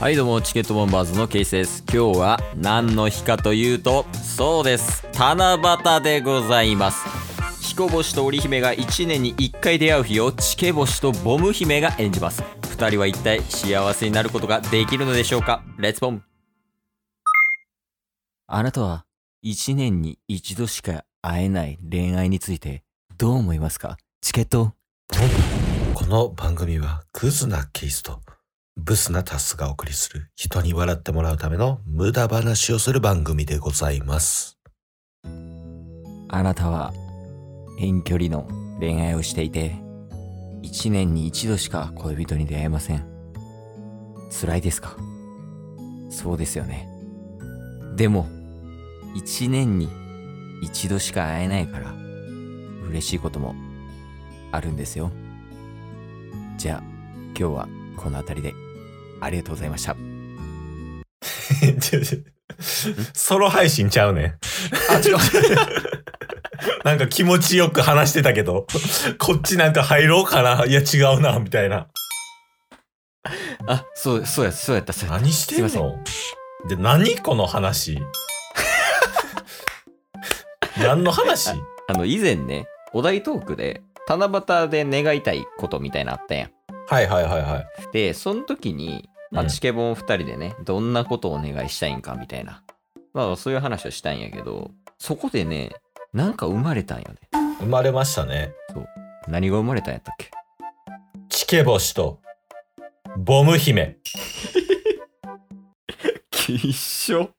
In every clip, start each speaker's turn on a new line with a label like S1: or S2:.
S1: はいどうもチケットボンバーズのケイスです今日は何の日かというとそうです七夕でございます彦星と織姫が1年に1回出会う日をチケ星とボム姫が演じます2人は一体幸せになることができるのでしょうかレッツボンあなたは1年に1度しか会えない恋愛についてどう思いますかチケット
S2: この番組はクズなケースとブスなタスがお送りする人に笑ってもらうための無駄話をする番組でございます。
S1: あなたは遠距離の恋愛をしていて1年に1度しか恋人に出会えません辛いですかそうですよねでも1年に1度しか会えないから嬉しいこともあるんですよじゃあ今日はこの辺りでありがとうございました
S2: ちょちょ ソロ配信ちゃうねん。
S1: あ違う
S2: なんか気持ちよく話してたけど、こっちなんか入ろうかな。いや違うな、みたいな。
S1: あそうそうやそうやったそうやっ
S2: 何してん
S1: すい
S2: ので、何この 話何の話
S1: たあの以前ねお題トークで七夕で願いたいことみたいなのあったやん
S2: はいはいはいはい。
S1: でその時に、まあ
S2: うん
S1: チケボン2人でねどんなことをお願いしたいんかみたいなまあそういう話をしたんやけどそこでねなんか生まれたんよね
S2: 生まれましたね。
S1: 何が生まれたんやったっけ
S2: チケボシと、ボム姫。
S1: 一緒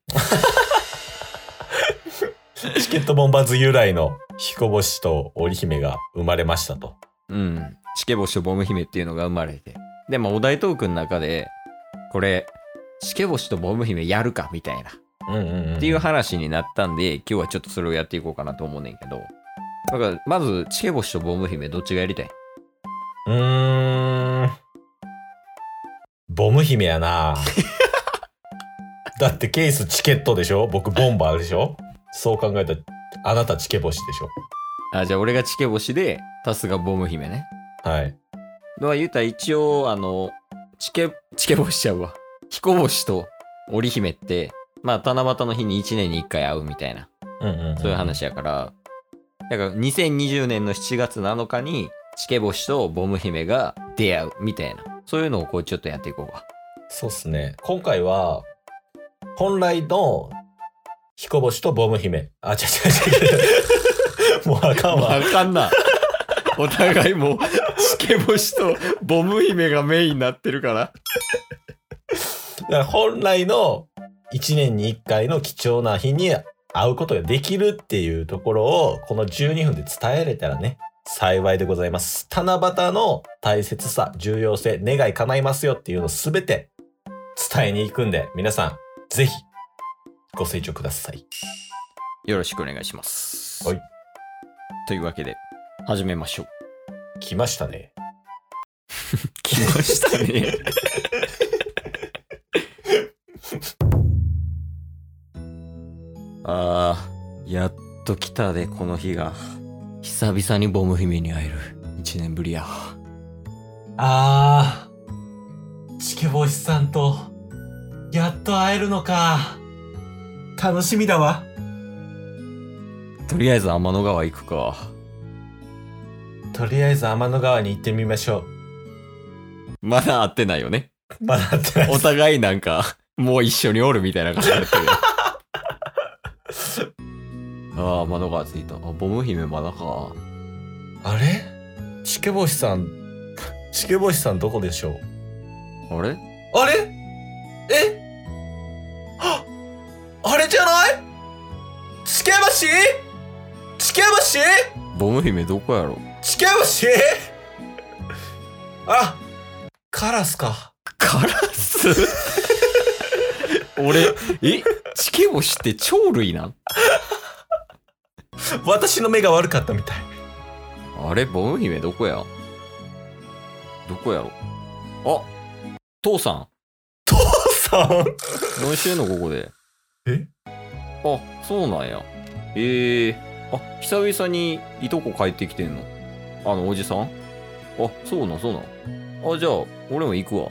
S2: チケットボンバーズ由来の彦星と織姫が生まれましたと。
S1: うんチケボシとボム姫っていうのが生まれてでまあお題トークの中でこれチケボシとボム姫やるかみたいな
S2: うんうん、うん。
S1: っていう話になったんで今日はちょっとそれをやっていこうかなと思うねんけどだからまずチケボシとボム姫どっちがやりたいう
S2: ーん。ボム姫や なだってケースチケットでしょ僕ボンバーでしょそう考えたら、あなたチケ星でしょ
S1: あじゃあ俺がチケボシでタスがボム姫ね
S2: はい。
S1: まあ言うたら一応あのチケチケボシちゃうわ彦星と織姫ってまあ七夕の日に1年に1回会うみたいな
S2: うんうん、
S1: そういう。話やから、だから2020年の7月7日にチケボシとボム姫が出会うみたいなそういうのをこうちょっとやっていこうか
S2: そうっすね。今回は、本来の彦星とボム姫。あ、違う違う 違う。もうあかんわ。
S1: かんなお互いもうチケボシとボム姫がメインになってるから
S2: だから本来の1年に1回の貴重な日に会うことができるっていうところをこの12分で伝えれたらね幸いでございます七夕の大切さ重要性願い叶いますよっていうのを全て伝えに行くんで皆さんぜひご清聴ください
S1: よろしくお願いします
S2: はい
S1: というわけで始めましょう
S2: 来ましたね
S1: 来ましたね あーやっと来たでこの日が久々にボム姫に会える1年ぶりや
S2: あーチケボシさんとやっと会えるのか楽しみだわ
S1: とりあえず天の川行くか
S2: とりあえず天の川に行ってみましょ
S1: まだ会ってないよね
S2: うまだ会ってない
S1: お互いなんかもう一緒におるみたいな感じになってるああ天の川着いたあボム姫まだか
S2: あれチケボシさん、チケボシさんどこでしょう
S1: あれ
S2: あれえ はっあれじゃないチケボシチケボシ
S1: ボム姫どこやろ
S2: チケボシ あ、カラスか。
S1: カラス俺、えチケボシって鳥類なん
S2: 私の目が悪かったみたい。
S1: あれボム姫どこやどこやろあ父さん
S2: さん
S1: 何してんのここで。
S2: え
S1: あ、そうなんや。ええあ、久々にいとこ帰ってきてんの。あの、おじさんあ、そうなん、そうなん。あ、じゃあ、俺も行くわ。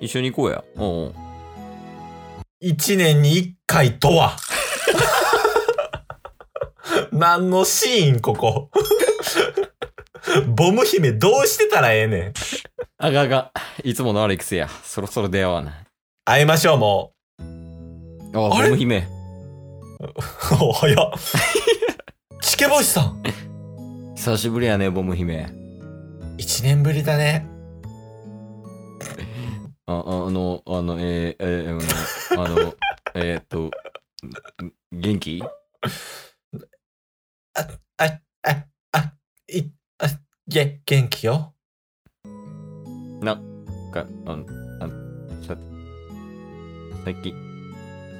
S1: 一緒に行こうや。おうおう
S2: 一年に一回とは 何のシーンここボム姫どうしてたらええねん
S1: あがあが、いつものアレックスや。そろそろ出会わない。
S2: 会いましょうも
S1: あ、ボ
S2: あれ
S1: ム姫。
S2: うお早っチケボシさん
S1: 久しぶりやね、ボム姫。
S2: 一年ぶりだね
S1: あ、ああの、あの、えー、えー、あの、あ のえーっと、ん元気
S2: あああいあげ元気よ
S1: か、あの、あさ、最近、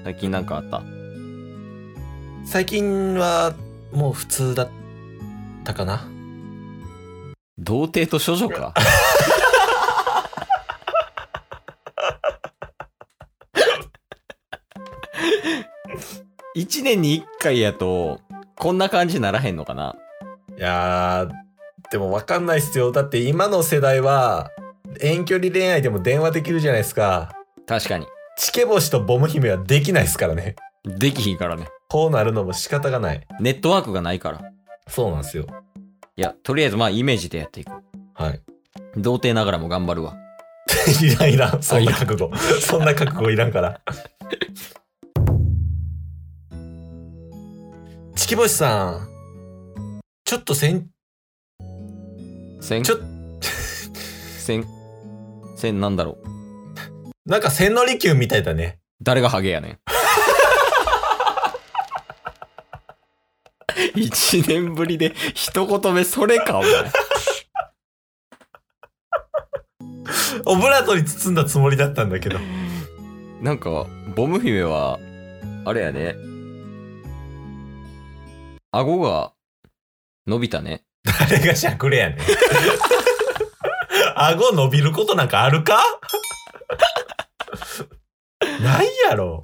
S1: 最近なんかあった
S2: 最近はもう普通だったかな
S1: 童貞と処女か一年に一回やとこんな感じならへんのかない
S2: やーでも分かんないっすよだって今の世代は遠距離恋愛でも電話できるじゃないですか
S1: 確かに
S2: チケボシとボム姫はできないですからね
S1: できひんからね
S2: こうなるのも仕方がない
S1: ネットワークがないから
S2: そうなんですよ
S1: いやとりあえずまあイメージでやっていこ
S2: はい
S1: う童貞ながらも頑張るわ
S2: いらんいらんそんな覚悟そんな覚悟いらんからチケボシさんちょっとせん
S1: せん
S2: ちょ
S1: せんせんなんだろう
S2: なんか千利休みたいだね
S1: 誰がハゲやねん 一年ぶりで一言目それかお前
S2: オブラートに包んだつもりだったんだ けど
S1: なんか、ボム姫は、あれやね。顎が伸びたね。
S2: 誰がしゃくれやねん。 顎伸びることなんかあるか ないやろ。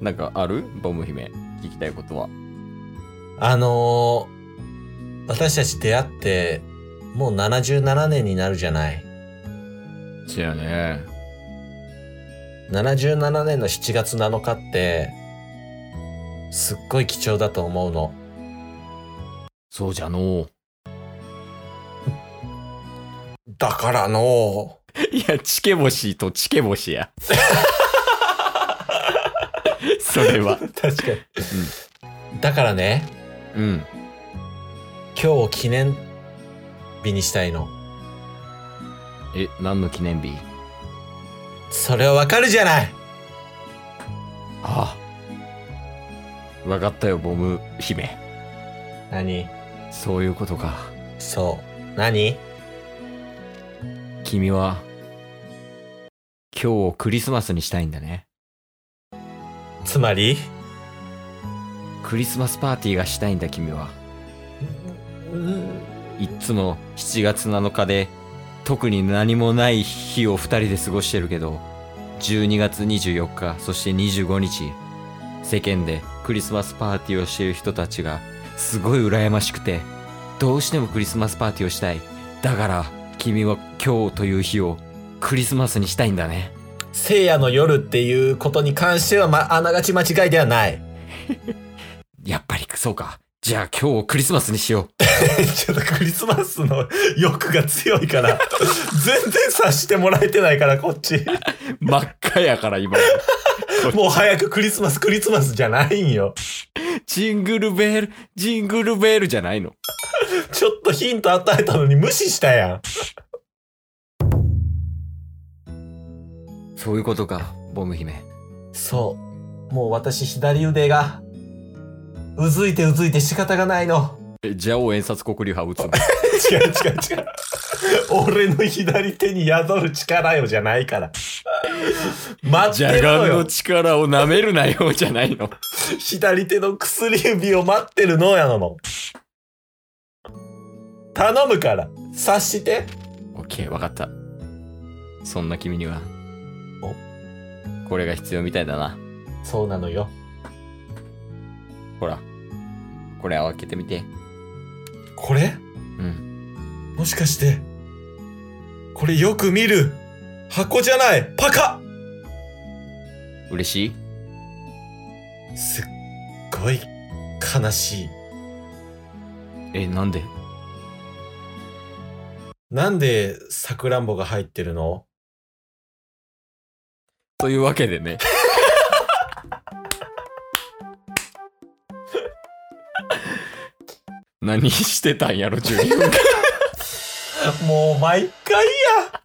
S1: なんかあるボム姫。聞きたいことは。
S2: あのー私たち出会って、もう77年になるじゃない。
S1: そやね。
S2: 77年の7月7日って、すっごい貴重だと思うの。
S1: そうじゃのう。
S2: だからのう、
S1: いや、チケボシとチケボシや。 それは。
S2: 確かに。だからね、
S1: うん。
S2: 今日を記念日にしたいの。
S1: え、何の記念日
S2: それはわかるじゃない
S1: ああ。わかったよ、ボム姫。
S2: 何
S1: そういうことか。
S2: そう。何
S1: 君は、今日をクリスマスにしたいんだね。
S2: つまり
S1: クリスマスパーティーがしたいんだ君は。いっつも7月7日で、特に何もない日を二人で過ごしてるけど、12月24日、そして25日、世間でクリスマスパーティーをしている人たちが、すごい羨ましくて、どうしてもクリスマスパーティーをしたい。だから、君は今日という日をクリスマスにしたいんだね。
S2: 聖夜の夜っていうことに関しては、ま、あながち間違いではない。
S1: やっぱりそうか。じゃあ今日をクリスマスにしよう。
S2: ちょっとクリスマスの欲が強いから、全然察してもらえてないから、こっ ち。
S1: 真っ赤やから今。
S2: もう早くクリスマス、クリスマスじゃないんよ。
S1: ジングルベール、ジングルベールじゃないの。
S2: ちょっとヒント与えたのに無視したやん。
S1: そういうことか、ボム姫。
S2: そう。もう私左腕が、うずいてうずいて仕方がないの。
S1: え、じゃあ、演札黒竜派打つの。
S2: 違う違う違う。俺の左手に宿る力よじゃないから。待
S1: じ
S2: っ
S1: ゃ
S2: て
S1: が
S2: ろ
S1: んの
S2: よ。
S1: 力を舐めるなよ、じゃないの。
S2: 左手の薬指を待ってるのやなの。頼むから、察して。
S1: オッケー、わかった。そんな君には、これが必要みたいだな。
S2: そうなのよ。
S1: ほら、これ開けてみて。
S2: これ
S1: うん。
S2: もしかして、これよく見る箱じゃないパカ
S1: 嬉しい
S2: すっごい悲しい。
S1: え、なんで
S2: なんでさくらんぼが入ってるの
S1: というわけで ね。何してたんやろ、12分間。
S2: もう毎回や毎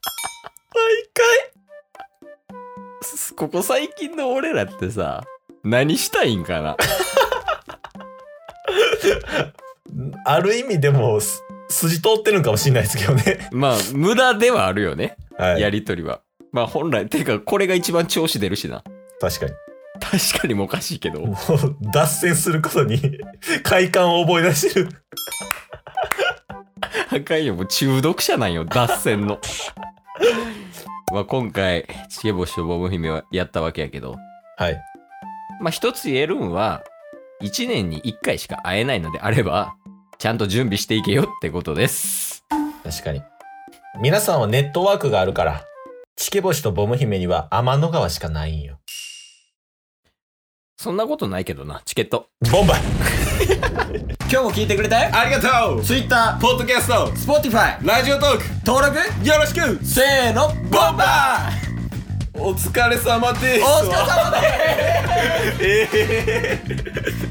S1: ここ最近の俺らってさ、何したいんかな
S2: 回ある意味でもす筋通ってるんかもしれないですけどね。
S1: まあ、無駄ではあるよね、
S2: はい。
S1: やりとりは。まあ、本来、てか、これが一番調子出るしな。
S2: 確かに。
S1: 確かにもおかしいけど。
S2: もう脱線することに 快感を覚え出してる。
S1: 赤いよ、もう中毒者なんよ、脱線 の。まあ今回、チゲボシとボブ姫はやったわけやけど、
S2: はい。
S1: まあ一つ言えるんは、1年に1回しか会えないのであれば、ちゃんと準備していけよってことです。
S2: 確かに。皆さんはネットワークがあるから、チケボシとボム姫には天の川しかないんよ。
S1: そんなことないけどな、チケット。
S2: ボ ンバイ
S1: 今日も聞いてくれたよ
S2: ありがとう
S1: !Twitter、
S2: ポッドキャスト
S1: Spotify、
S2: ラジオトーク
S1: 登録、
S2: よろしく
S1: せーの、ボンバー
S2: お疲れ様です
S1: お疲れ様です
S2: ええ